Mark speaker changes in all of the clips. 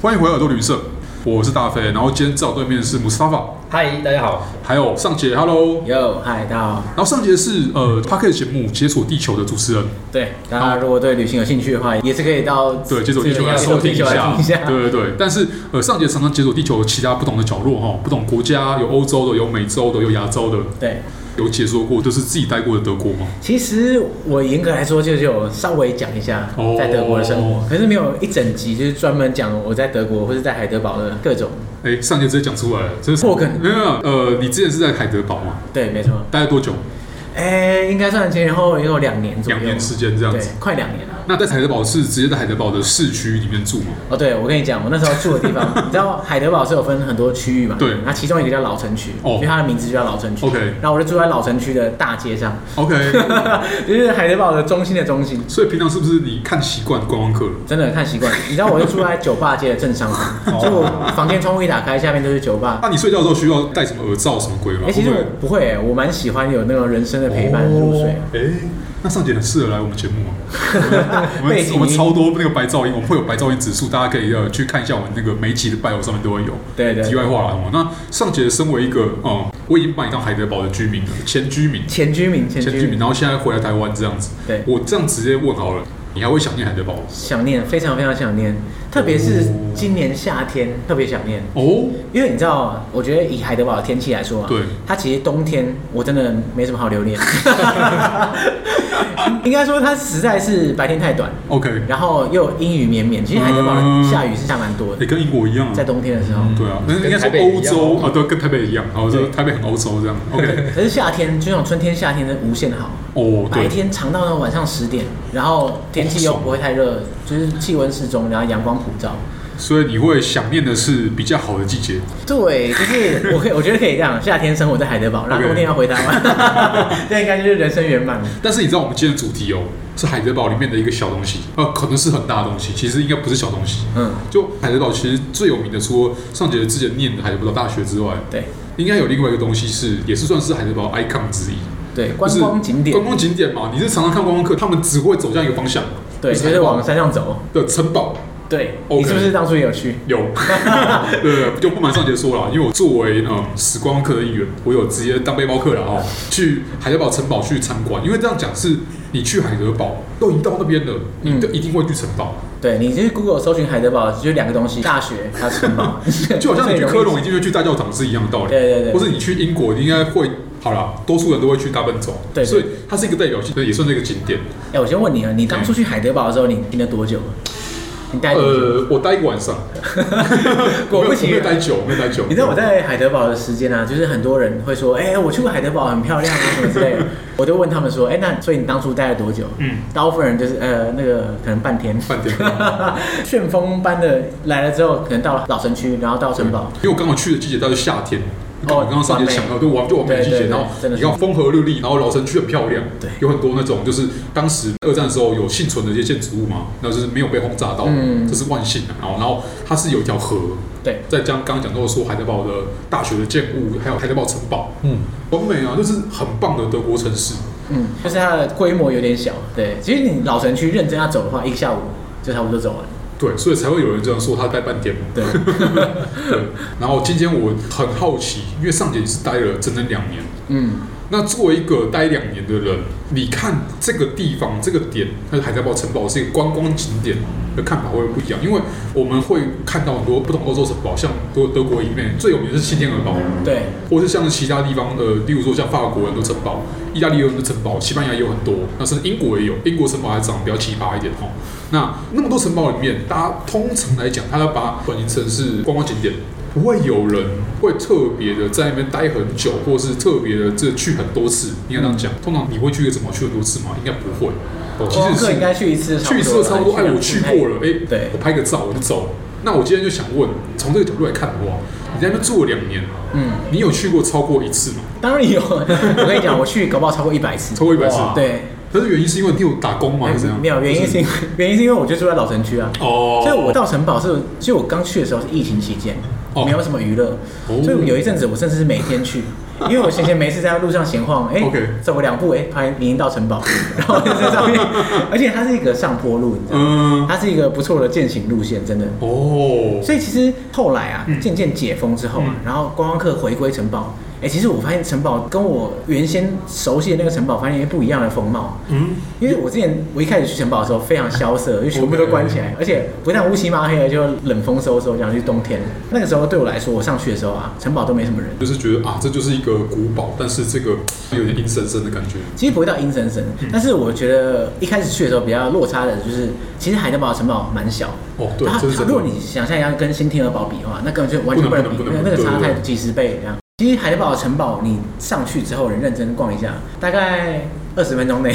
Speaker 1: 欢迎回来耳朵旅社，我是大飞，然后今天坐我对面是 Mustafa，
Speaker 2: 嗨，大家好。
Speaker 1: 还有尚杰，Hello。
Speaker 2: 哟，嗨，大家好。
Speaker 1: 然后尚杰是呃 p a r k e t 节目《解锁地球》的主持人，
Speaker 2: 对，大家如果对旅行有兴趣的话，也是可以到
Speaker 1: 对，解锁地
Speaker 2: 这
Speaker 1: 球
Speaker 2: 个
Speaker 1: 来收听一
Speaker 2: 解
Speaker 1: 下
Speaker 2: 锁地球来听一，下。
Speaker 1: 对对对。但是呃，尚杰常常解锁地球其他不同的角落哈，不同国家有欧洲的，有美洲的，有亚洲的，
Speaker 2: 对，
Speaker 1: 有解说过，就是自己待过的德国吗？
Speaker 2: 其实我严格来说，就是有稍微讲一下
Speaker 1: 哦
Speaker 2: 在德国的生活，可是没有一整集就是专门讲我在德国或是在海德堡的各种。
Speaker 1: 哎，尚杰直接讲出来了，这是
Speaker 2: 破梗
Speaker 1: 没有没有，呃，你之前是在海德堡嘛？
Speaker 2: 对，没错。
Speaker 1: 待了多久？
Speaker 2: 哎，应该算前前后后也有两年左右，
Speaker 1: 两年时间这样
Speaker 2: 对
Speaker 1: 子。，
Speaker 2: 快两年了。
Speaker 1: 那在海德堡是直接在海德堡的市区里面住吗？
Speaker 2: 哦，对，我跟你讲，我那时候住的 地方，你知道海德堡是有分很多区域嘛？
Speaker 1: 对
Speaker 2: 那其中一个叫老城区，
Speaker 1: 哦
Speaker 2: 因为它的名字就叫老城区。
Speaker 1: OK
Speaker 2: 然后我就住在老城区的大街上，
Speaker 1: OK，
Speaker 2: 就是海德堡的中心的中心。
Speaker 1: 所以平常是不是你看习惯观光客了？
Speaker 2: 真的看习惯，你知道我就住在酒吧街的正上
Speaker 1: 哦
Speaker 2: 方，所以我房间窗户一打开，下面就是酒吧。
Speaker 1: 那、你睡觉的时候需要戴什么耳罩什么鬼吗？
Speaker 2: 哎、其实
Speaker 1: 会
Speaker 2: 我
Speaker 1: 不
Speaker 2: 不会、我蛮喜欢有那种人生的
Speaker 1: 会
Speaker 2: 陪伴入睡。
Speaker 1: 哦哎、那上姐很适合来我们节目 啊。我
Speaker 2: 背
Speaker 1: 们
Speaker 2: 景
Speaker 1: 我们
Speaker 2: 音
Speaker 1: 超多那个白噪音，我们会有白噪音指数，大家可以呃去看一下我们那个每一集的 bio 上面都会有。
Speaker 2: 对对
Speaker 1: 题外话啦，哦，那上姐身为一个哦、我已经把你当海德堡的居民了，前居民，
Speaker 2: 前居民，前
Speaker 1: 前
Speaker 2: 居
Speaker 1: 居民，
Speaker 2: 民，
Speaker 1: 然后现在回来台湾这样子。
Speaker 2: 对
Speaker 1: 我这样直接问好了，你还会想念海德堡吗？
Speaker 2: 想念，非常非常想念，特别是
Speaker 1: 哦
Speaker 2: 今年夏天，特别想念。
Speaker 1: 哦，
Speaker 2: 因为你知道，我觉得以海德堡的天气来说啊，
Speaker 1: 对
Speaker 2: 它其实冬天我真的没什么好留恋。 应该说它实在是白天太短，
Speaker 1: OK，
Speaker 2: 然后又阴雨绵绵。其实海德堡
Speaker 1: 嗯
Speaker 2: 下雨是下蛮多
Speaker 1: 也、
Speaker 2: 的，
Speaker 1: 跟英国一样啊
Speaker 2: 在。冬天的时候。
Speaker 1: 对啊，但是应该说
Speaker 3: 跟台北
Speaker 1: 欧
Speaker 3: 一样
Speaker 1: 洲
Speaker 3: 哦
Speaker 1: 啊，对，跟台北一样，然后说
Speaker 2: 哦对
Speaker 1: 台北很欧洲这样。OK，
Speaker 2: 可是夏天，就那种春天、夏天的无限好，
Speaker 1: 哦，
Speaker 2: 白
Speaker 1: 对，
Speaker 2: 天长到那晚上十点，然后天气又不会太热，就是气温适中，然后阳光普照。
Speaker 1: 所以你会想念的是比较好的季节。
Speaker 2: 对，就是 我可以，我觉得可以这样，夏天生活在海德堡，然后
Speaker 1: OK
Speaker 2: 冬天要回台 湾，这应该就是人生圆满。
Speaker 1: 但是你知道我们今天的主题哦，是海德堡里面的一个小东西，呃，可能是很大的东西，其实应该不是小东西。
Speaker 2: 嗯，
Speaker 1: 就海德堡其实最有名的，除了上节之前念的海德堡大学之外，
Speaker 2: 对
Speaker 1: 应该有另外一个东西是，也是算是海德堡 icon 之一，
Speaker 2: 对，
Speaker 1: 就
Speaker 2: 观
Speaker 1: 是
Speaker 2: 光景点
Speaker 1: 观，光景点嘛，你是常常看观光客，他们只会走向一个方向，
Speaker 2: 对，
Speaker 1: 就
Speaker 2: 就是往山上走。
Speaker 1: 的城堡。
Speaker 2: 对
Speaker 1: OK
Speaker 2: 你是不是当初也有去？
Speaker 1: 有， 对，就不瞒上节说了，因为我作为呃时光客的一员，我有直接当背包客了哦，去海德堡城堡去参观，因为这样讲是，你去海德堡都已经到那边了，
Speaker 2: 嗯
Speaker 1: 你就一定会去城堡，，
Speaker 2: 对，你就是 Google 搜寻海德堡，就两个东西：大学还有城堡
Speaker 1: 就好像你去科隆一
Speaker 2: 最容易
Speaker 1: 定会去大教堂是一样的道理，
Speaker 2: 对对对
Speaker 1: 或者你去英国，你应该会。好啦，多数人都会去大笨钟，
Speaker 2: 对对
Speaker 1: 所以它是一个代表性，也算是一个景点。
Speaker 2: 哎、我先问你啊，你当初去海德堡的时候，你停了多久啊？你待多久？
Speaker 1: 呃，我待一个晚上，
Speaker 2: 果不
Speaker 1: 我
Speaker 2: 其
Speaker 1: 没有
Speaker 2: 然
Speaker 1: 待久，没有待久。
Speaker 2: 你知道我在海德堡的时间啊，就是很多人会说，哎、我去过海德堡，很漂亮啊，什么之类的。我就问他们说，哎、那所以你当初待了多久？
Speaker 1: 嗯
Speaker 2: 嗯，大部分人就是呃，那个可能半天。
Speaker 1: 饭店。
Speaker 2: 旋风般的来了之后，可能到老城区，然后到城堡，
Speaker 1: 因为我刚好去的季节它是夏天。
Speaker 2: 哦
Speaker 1: 刚好刚刚上节讲到，对，完就完美的季节，
Speaker 2: 对对对
Speaker 1: 然后
Speaker 2: 真的
Speaker 1: 你
Speaker 2: 是
Speaker 1: 看风和日丽，然后老城区很漂亮，
Speaker 2: 对
Speaker 1: 有很多那种就是当时二战的时候有幸存的一些建筑物嘛，那就是没有被轰炸到，
Speaker 2: 嗯
Speaker 1: 这是万幸啊。然后，然后它是有一条河，
Speaker 2: 对，
Speaker 1: 再加上刚刚讲到说海德堡的大学的建物，还有海德堡城堡，
Speaker 3: 嗯，
Speaker 1: 完美啊，就是很棒的德国城市。
Speaker 2: 嗯，就是它的规模有点小，对。其实你老城区认真要走的话，一个下午就差不多走完，
Speaker 1: 对，所以才会有人这样说他待半天嘛。
Speaker 2: 对。
Speaker 1: 对，然后今天我很好奇，因为上节是待了整整两年，
Speaker 2: 嗯，
Speaker 1: 那作为一个待两年的人，你看这个地方、这个点，它的海德堡城堡是一个观光景点的看法会不一样，因为我们会看到很多不同欧洲城堡，像德德国一面最有名的是新天鹅堡，
Speaker 2: 对，
Speaker 1: 或是像其他地方的，例如说像法国很多城堡，意大利有很多城堡，西班牙也有很多，那甚至英国也有，英国城堡还长得比较奇葩一点哦。那那么多城堡里面，大家通常来讲，它要把它转型成是观光景点，不会有人会特别的在那边待很久，或是特别的这去很多次。应该这样
Speaker 2: 嗯
Speaker 1: 讲，通常你会去一个城堡去很多次吗？应该不会。哦
Speaker 2: 观光客应该去一次就
Speaker 1: 去一次就差不多，哎，我去过了，哎、
Speaker 2: 对
Speaker 1: 我拍个照我就走了。那我今天就想问，从这个角度来看的话，你在那边住了两年，
Speaker 2: 嗯，
Speaker 1: 你有去过超过一次吗？
Speaker 2: 当然有。 我跟你讲，我去搞不好超过一百次，
Speaker 1: 超过一百次
Speaker 2: 哇对，
Speaker 1: 但是原因是因为你有打工吗？还是怎样？
Speaker 2: 没有，原因是因为原因是因为我就住在老城区啊。
Speaker 1: 哦，
Speaker 2: 所以我到城堡是，所以我刚去的时候是疫情期间
Speaker 1: 哦，
Speaker 2: 没有什么娱乐，
Speaker 1: 哦
Speaker 2: 所以我有一阵子我甚至是每天去，因为我闲闲没事在路上闲晃，哎
Speaker 1: OK，
Speaker 2: 走个两步，哎，发现已经到城堡，然后在上面，而且它是一个上坡路，你知道吗？
Speaker 1: 嗯
Speaker 2: 它它是一个不错的践行路线，真的。
Speaker 1: 哦，
Speaker 2: 所以其实后来啊
Speaker 1: 嗯，
Speaker 2: 渐渐解封之后啊，
Speaker 1: 嗯
Speaker 2: 然后观光客回归城堡，哎，其实我发现城堡跟我原先熟悉的那个城堡，发现一些不一样的风貌。
Speaker 1: 嗯，
Speaker 2: 因为我之前我一开始去城堡的时候非常萧瑟，因为全部都关起
Speaker 1: 嗯
Speaker 2: 来，而且不但乌漆嘛黑的，就冷风嗖嗖，这样去冬天。那个时候对我来说，我上去的时候啊，城堡都没什么人，
Speaker 1: 就是觉得啊，这就是一个古堡，但是这个有点阴森森的感觉。
Speaker 2: 其实不会到阴森森，
Speaker 1: 嗯
Speaker 2: 但是我觉得一开始去的时候比较落差的就是，其实海德堡城堡蛮小。
Speaker 1: 哦，对，
Speaker 2: 它
Speaker 1: 这是
Speaker 2: 它
Speaker 1: 真
Speaker 2: 如果
Speaker 1: 的。
Speaker 2: 你想象要跟新天鹅堡比的话，那根本就完全
Speaker 1: 不能
Speaker 2: 能比，
Speaker 1: 不能
Speaker 2: 那
Speaker 1: 不能
Speaker 2: 个那个差
Speaker 1: 对对
Speaker 2: 太
Speaker 1: 对
Speaker 2: 几十倍这样。其实海德堡城堡，你上去之后，你认真逛一下，大概二十分钟内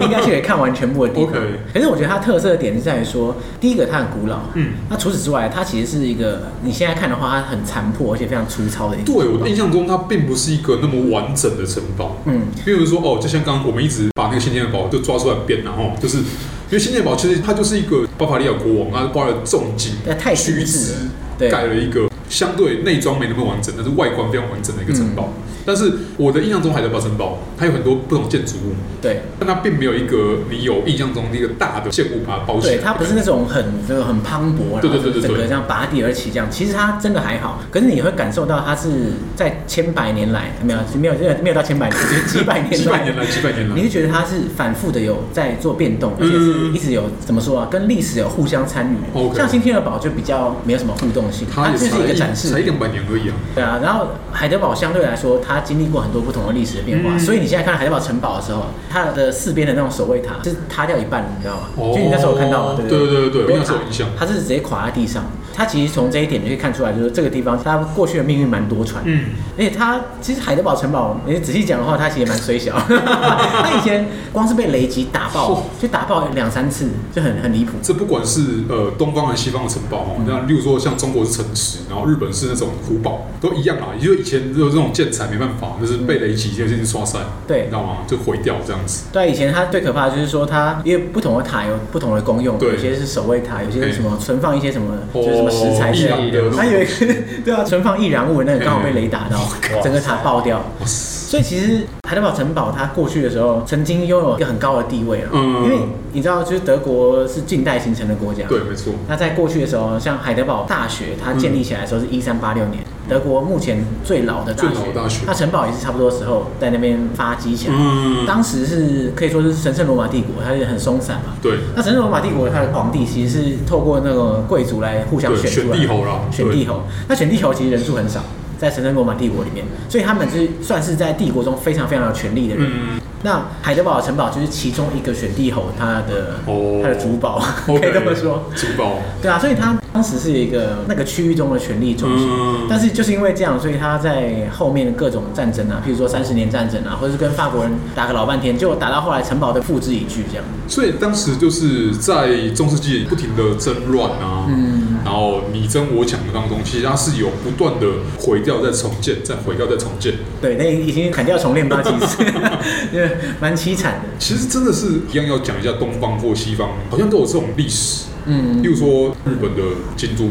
Speaker 2: 应该就可以看完全部的地 方。
Speaker 1: OK
Speaker 2: 可是我觉得它特色的点是在于说，第一个它很古老，
Speaker 1: 嗯，
Speaker 2: 那除此之外，它其实是一个你现在看的话，它很残破而且非常粗糙的一个。
Speaker 1: 对我印象中，它并不是一个那么完整的城堡。
Speaker 2: 嗯，
Speaker 1: 比如说哦，就像刚刚我们一直把那个新天鹅堡就抓出来编，然后就是因为新天鹅堡其实它就是一个巴伐利亚国王，啊他花了重金
Speaker 2: 那呃太精
Speaker 1: 巨
Speaker 2: 致
Speaker 1: 资
Speaker 2: 了对
Speaker 1: 盖了一个相对内装没那么完整，但是外观非常完整的一个城
Speaker 2: 嗯
Speaker 1: 堡。但是我的印象中，海德堡城堡它有很多不同建筑物，
Speaker 2: 对。
Speaker 1: 但它并没有一个你有印象中的一个大的建物把它包起来。
Speaker 2: 对，它不是那种很就是很磅礴，
Speaker 1: 对对
Speaker 2: 然后
Speaker 1: 对对
Speaker 2: 整个
Speaker 1: 对
Speaker 2: 这样拔地而起这样。其实它真的还好，可是你会感受到它是在千百年来没有没有没有没有到千百年，就是几百 年
Speaker 1: 几百年
Speaker 2: 来。
Speaker 1: 来，嗯几百年
Speaker 2: 你啊
Speaker 1: 来，
Speaker 2: 会觉得它是反复的有在做变动，而且是一直有怎么说啊，跟历史有互相参与。
Speaker 1: OK
Speaker 2: 像新天鹅堡就比较没有什么互动性，
Speaker 1: 它也
Speaker 2: 就是
Speaker 1: 才
Speaker 2: 一个展
Speaker 1: 才一
Speaker 2: 示。
Speaker 1: 两百年而已啊。
Speaker 2: 对啊，然后海德堡相对来说，它经历过很多不同的历史的变化，
Speaker 1: 嗯
Speaker 2: 所以你现在看海德堡城堡的时候，它的四边的那种守卫塔是塌掉一半，你知道吗？
Speaker 1: 哦
Speaker 2: 就你那时候有看到嘛，对不
Speaker 1: 对对对对我
Speaker 2: 那
Speaker 1: 那时
Speaker 2: 时
Speaker 1: 候
Speaker 2: 候
Speaker 1: 有印象
Speaker 2: 它是直接垮在地上。它其实从这一点就可以看出来，就是这个地方它过去的命运蛮多舛。
Speaker 1: 嗯，
Speaker 2: 而且它其实海德堡城堡，你仔细讲的话，它其实蛮衰 小。它以前光是被雷击打
Speaker 1: 嚯
Speaker 2: 爆，就打爆两三次，就很很离谱。
Speaker 1: 这不管是呃东方还是西方的城堡
Speaker 2: 嗯
Speaker 1: 哦，那例如说像中国是城池，然后日本是那种古堡，都一样啊。也就是以前有这种建材没办法，就是被雷击就是刷塞，
Speaker 2: 对
Speaker 1: 你知道吗？就毁掉这样子。
Speaker 2: 对，以前它最可怕的就是说，它因为不同的塔有不同的功用，
Speaker 1: 对
Speaker 2: 有些是守卫塔，有些
Speaker 1: 嘿
Speaker 2: 是什么存放一些什么，
Speaker 1: 哦
Speaker 2: 就是什么食材之类
Speaker 1: 易燃的
Speaker 2: 它有一个 对啊，存放易燃物的那个刚好被雷打到， 整个塔爆掉。
Speaker 1: 哇塞
Speaker 2: 所以其实海德堡城堡它过去的时候，曾经拥有一个很高的地位啊，
Speaker 1: 嗯
Speaker 2: 因为你知道，就是德国是近代形成的国家，
Speaker 1: 对，没错。
Speaker 2: 那在过去的时候，像海德堡大学，它建立起来的时候是一三八六年，德国目前最老的大学，
Speaker 1: 嗯最老的大学
Speaker 2: 那城堡也是差不多时候在那边发迹起来。
Speaker 1: 嗯，
Speaker 2: 当时是可以说是神圣罗马帝国，它也很松散嘛。
Speaker 1: 对，
Speaker 2: 那神圣罗马帝国它的皇帝其实是透过那个贵族来互相
Speaker 1: 对，
Speaker 2: 选
Speaker 1: 选
Speaker 2: 出来，
Speaker 1: 帝侯啦，
Speaker 2: 选帝侯。那选帝侯其实人数很少，在神圣罗马帝国里面，所以他们是算是在帝国中非常非常有权力的
Speaker 1: 对。
Speaker 2: 人。
Speaker 1: 嗯，
Speaker 2: 那海德堡城堡就是其中一个选帝侯他的、
Speaker 1: 哦
Speaker 2: 他的主堡
Speaker 1: OK，
Speaker 2: 可以这么说。
Speaker 1: 珠宝，
Speaker 2: 对啊，所以他当时是一个那个区域中的权力中心，
Speaker 1: 嗯
Speaker 2: 但是就是因为这样，所以他在后面的各种战争啊，譬如说三十年战争啊，或者是跟法国人打个老半天，结果打到后来城堡都付之一炬这样。
Speaker 1: 所以当时就是在中世纪不停的争乱啊，
Speaker 2: 嗯
Speaker 1: 然后你争我抢的当中，其实它是有不断的毁掉再重建，再毁掉再重建。
Speaker 2: 对，那已经砍掉重练八几次， 就蛮凄惨的。
Speaker 1: 其实真的是一样要讲一下东方或西方，好像都有这种历史。
Speaker 2: 嗯
Speaker 1: 例如说日本的京都，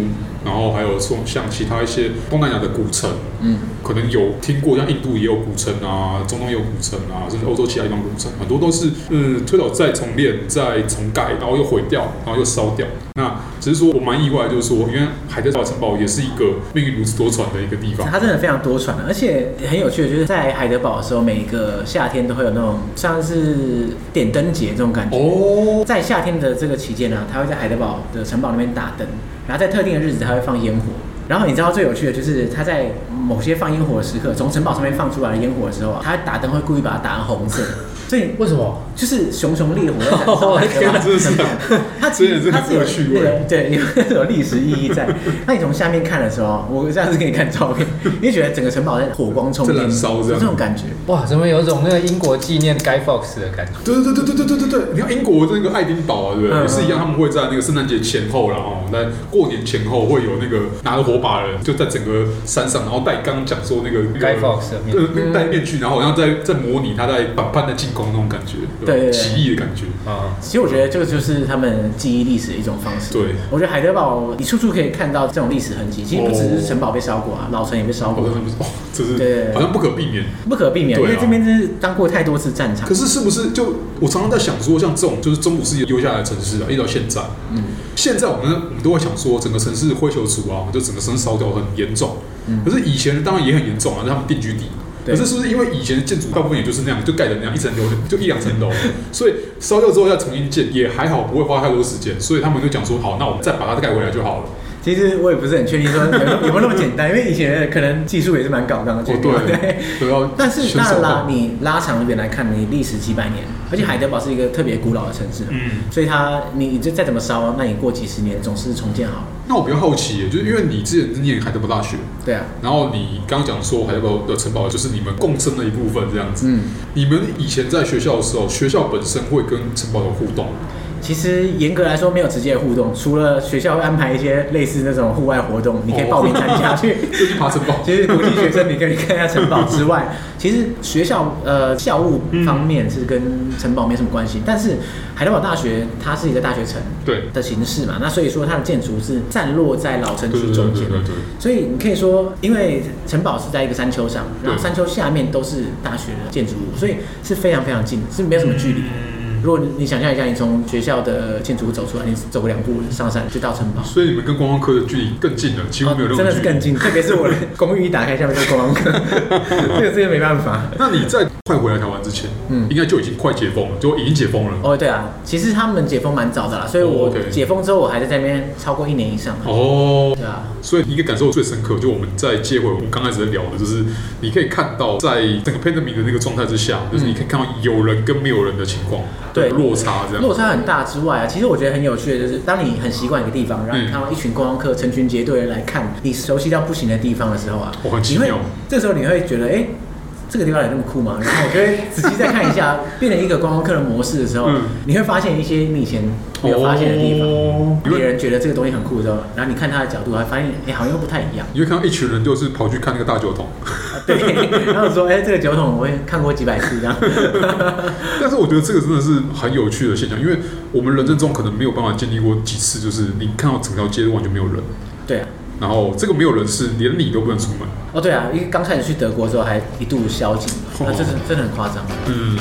Speaker 1: 然后还有说像其他一些东南亚的古城，
Speaker 2: 嗯，
Speaker 1: 可能有听过，像印度也有古城啊，中东也有古城啊，甚至欧洲其他地方古城，啊很多都是嗯推倒再重练、再重盖，然后又毁掉，然后又烧掉。那只是说我蛮意外，就是说，因为海德堡城堡也是一个命运如此多舛的一个地方。
Speaker 2: 它真的非常多舛，而且很有趣的就是在海德堡的时候，每一个夏天都会有那种像是点灯节这种感觉。
Speaker 1: 哦，
Speaker 2: 在夏天的这个期间呢，他会在海德堡的城堡那边打灯，然后在特定的日子他会放烟火。然后你知道最有趣的就是他在某些放烟火的时刻，从城堡上面放出来的烟火的时候啊，他打灯会故意把它打成红色，所以
Speaker 3: 为什么？
Speaker 2: 就是熊熊烈火在燃烧
Speaker 3: 我的天
Speaker 2: 海
Speaker 3: 哪
Speaker 2: 德堡
Speaker 1: 真的是
Speaker 2: 啊它其
Speaker 1: 真的
Speaker 2: 实
Speaker 1: 是
Speaker 2: 它
Speaker 1: 很
Speaker 2: 是有
Speaker 1: 有趣
Speaker 2: 那
Speaker 1: 味
Speaker 2: 个对， 有有历史意义在。那你从下面看的时候，我这样子给你看照片，你会觉得整个城堡在火光冲
Speaker 1: 在
Speaker 2: 天，
Speaker 1: 燃烧这
Speaker 2: 有
Speaker 1: 样
Speaker 2: 这种感觉。
Speaker 3: 哇，怎么有一种那个英国纪念 Guy Fox 的感觉？
Speaker 1: 对对对对对对对对，你看英国那个爱丁堡啊，对不对？
Speaker 2: 嗯
Speaker 1: 也是一样，他们会在那个圣诞节前后，然后哦，在过年前后会有那个拿着火把的人就在整个山上，然后戴刚刚讲说那个那个
Speaker 3: Guy Fawkes 的面
Speaker 1: 呃戴面具，然后好像在在模拟他在反叛的进攻那种感觉，
Speaker 2: 对对对
Speaker 1: 起义的感觉。
Speaker 3: 啊，
Speaker 2: 其实我觉得这个就是他们记忆历史的一种方式。
Speaker 1: 对
Speaker 2: 我觉得海德堡你处处可以看到这种历史痕迹，其实不只是城堡被烧过啊，老城也被烧
Speaker 1: 好
Speaker 2: 过，
Speaker 1: 像不是哦，这
Speaker 2: 对
Speaker 1: 是好像不可避免。
Speaker 2: 不可避免，因
Speaker 1: 对啊
Speaker 2: 为这边真是当过太多次战场
Speaker 1: 可。是是不是就我常常在想说，像这种就是中古世纪留下来的城市啊，一直到现在，
Speaker 2: 嗯
Speaker 1: 现在我们我们都会想说，整个城市灰球族啊，就整个城市烧掉很严重。可是以前当然也很严重啊，那是他们定居地。可
Speaker 2: 嗯对
Speaker 1: 是是不是因为以前的建筑大部分也就是那样，就盖成那样一层楼， 就一两层楼，所以烧掉之后再重新建也还好，不会花太多时间。所以他们就讲说，好，那我们再把它盖回来就好了。
Speaker 2: 其实我也不是很确定说有没 有有没有那么简单，因为以前可能技术也是蛮高档的，
Speaker 1: 哦，
Speaker 2: 确
Speaker 1: 对，
Speaker 2: 定 对。
Speaker 1: 对，要
Speaker 2: 但是
Speaker 1: 选
Speaker 2: 那
Speaker 1: 手啊
Speaker 2: 拉你拉长一点来看，你历史几百年，而且海德堡是一个特别古老的城市，
Speaker 1: 嗯。
Speaker 2: 所以它你你就再怎么烧，那你过几十年总是重建好了。
Speaker 1: 那我比较好奇耶，就是因为你之前是念海德堡大学，
Speaker 2: 对啊，
Speaker 1: 然后你刚刚讲说海德堡的城堡就是你们共生的一部分这样子。
Speaker 2: 嗯，
Speaker 1: 你们以前在学校的时候，学校本身会跟城堡有互 动吗，
Speaker 2: 其实严格来说没有直接的互动，除了学校会安排一些类似那种户外活动，你可以报名参加去。
Speaker 1: 就去爬城堡。
Speaker 2: 其实国际学生你可以看一下城堡之外， 其实学校呃校务方面是跟城堡没什么关系，但是海德堡大学它是一个大学城
Speaker 1: 对，
Speaker 2: 的形式嘛，那所以说它的建筑是散落在老城
Speaker 1: 对
Speaker 2: 区
Speaker 1: 对
Speaker 2: 中
Speaker 1: 对
Speaker 2: 间
Speaker 1: 对。对对。
Speaker 2: 所以你可以说，因为城堡是在一个山丘上，然后
Speaker 1: 对
Speaker 2: 山丘下面都是大学的建筑物，所以是非常非常近的，是没有什么距离的。
Speaker 1: 嗯
Speaker 2: 如果你你想象一下，你从学校的建筑物走出来，你走个两步上山就到城堡，
Speaker 1: 所以你们跟观光客的距离更近了，几乎没有任何距离。
Speaker 2: 哦真的是更。近。特别 是我的公寓一打开，下面就是观光客，这个真的没办法。
Speaker 1: 那你在快回来台湾之前，
Speaker 2: 嗯
Speaker 1: 应该就已经快解封了，就已经解封了。
Speaker 2: 哦，对啊，其实他们解封蛮早的啦，所以
Speaker 1: 哦
Speaker 2: 我
Speaker 1: ，OK
Speaker 2: 解封之后，我还在这边超过一年以上。
Speaker 1: 哦，
Speaker 2: 对啊，
Speaker 1: 所以你一个感受最深刻，就我们在接回我们刚开始在聊的，就是你可以看到在整个 pandemic 的那个状态之下，就是你可以看到有人跟没有人的情况，
Speaker 2: 对
Speaker 1: 落差这样。
Speaker 2: 落差很大之外啊，其实我觉得很有趣的就是，当你很习惯一个地
Speaker 1: 嗯
Speaker 2: 方，然后你看到一群观光客成群结队的来看你熟悉到不行的地方的时候啊，
Speaker 1: 哦很奇
Speaker 2: 你会
Speaker 1: 妙
Speaker 2: 这时候你会觉得，哎、这个地方有那么酷 吗？然后我就会仔细再看一下，变成一个观光客的模式的时候，
Speaker 1: 嗯
Speaker 2: 你会发现一些你以前没有发现的地方。
Speaker 1: 哦你会
Speaker 2: 别人觉得这个东西很酷之后，然后你看他的角度，还发现，哎、好像又不太一样。
Speaker 1: 你会看到一群人就是跑去看那个大酒桶，
Speaker 2: 啊对，然后说，哎、这个酒桶我也看过几百次这样。
Speaker 1: 但是我觉得这个真的是很有趣的现象，因为我们人生中可能没有办法经历过几次，就是你看到整条街完全没有人，
Speaker 2: 对啊，
Speaker 1: 然后这个没有人是连你都不能出门。
Speaker 2: 哦对啊，因为刚开始去德国的时候还一度宵禁，那这是真的很夸张。
Speaker 1: 嗯，